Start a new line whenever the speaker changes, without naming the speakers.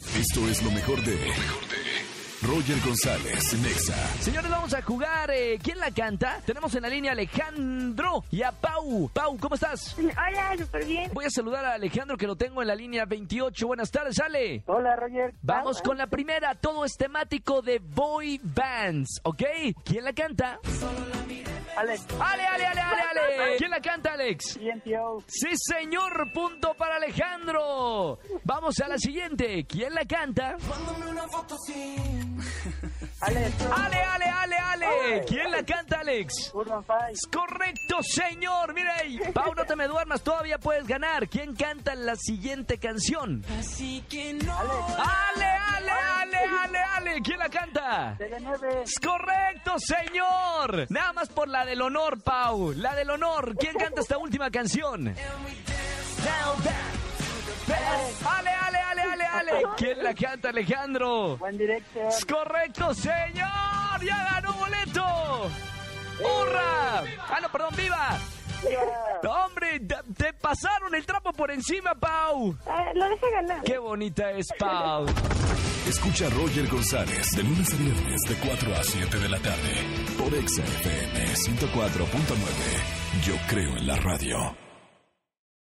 Esto es lo mejor de. Roger González, Nexa.
Señores, vamos a jugar. eh, ¿Quién la canta? Tenemos en la línea a Alejandro y a Pau. Pau, ¿cómo estás?
Hola, súper bien.
Voy a saludar a Alejandro que lo tengo en la línea 28. Buenas tardes, Ale.
Hola, Roger.
Vamos con la primera. Todo es temático de boy bands, ¿ok? ¿Quién la canta?
Alex,
Ale, Ale, Ale, Ale, Ale. ¿Quién la canta, Alex?
bien, tío.
Sí, señor. Punto para Alejandro. Vamos a la siguiente. ¿Quién la canta?
Alex,
Ale, Ale, Ale, Ale. ¿Quién la canta, Alex?
Urban Five.
Es correcto, señor. Mira ahí. Pau, no te me duermas. Todavía puedes ganar. ¿Quién canta la siguiente canción?
Así que no.
Ale, ale, ale, ale, ale. ¿Quién la canta?
TV9.
Es correcto, señor. Nada más por la del honor, Pau. La del honor. ¿Quién canta esta última canción? Ale, ale, ale, ale, ale. ¿Quién la canta, Alejandro?
Buen directo.
Es correcto, señor. Ya ganó boleto. ¡Hurra! Ah, no, perdón, viva. No, Hombre, te, te pasaron el trapo por encima, Pau.
Eh, lo dejé ganar.
Qué bonita es, Pau.
Escucha a Roger González de lunes a viernes de 4 a 7 de la tarde por Exa FM 104.9. Yo creo en la radio.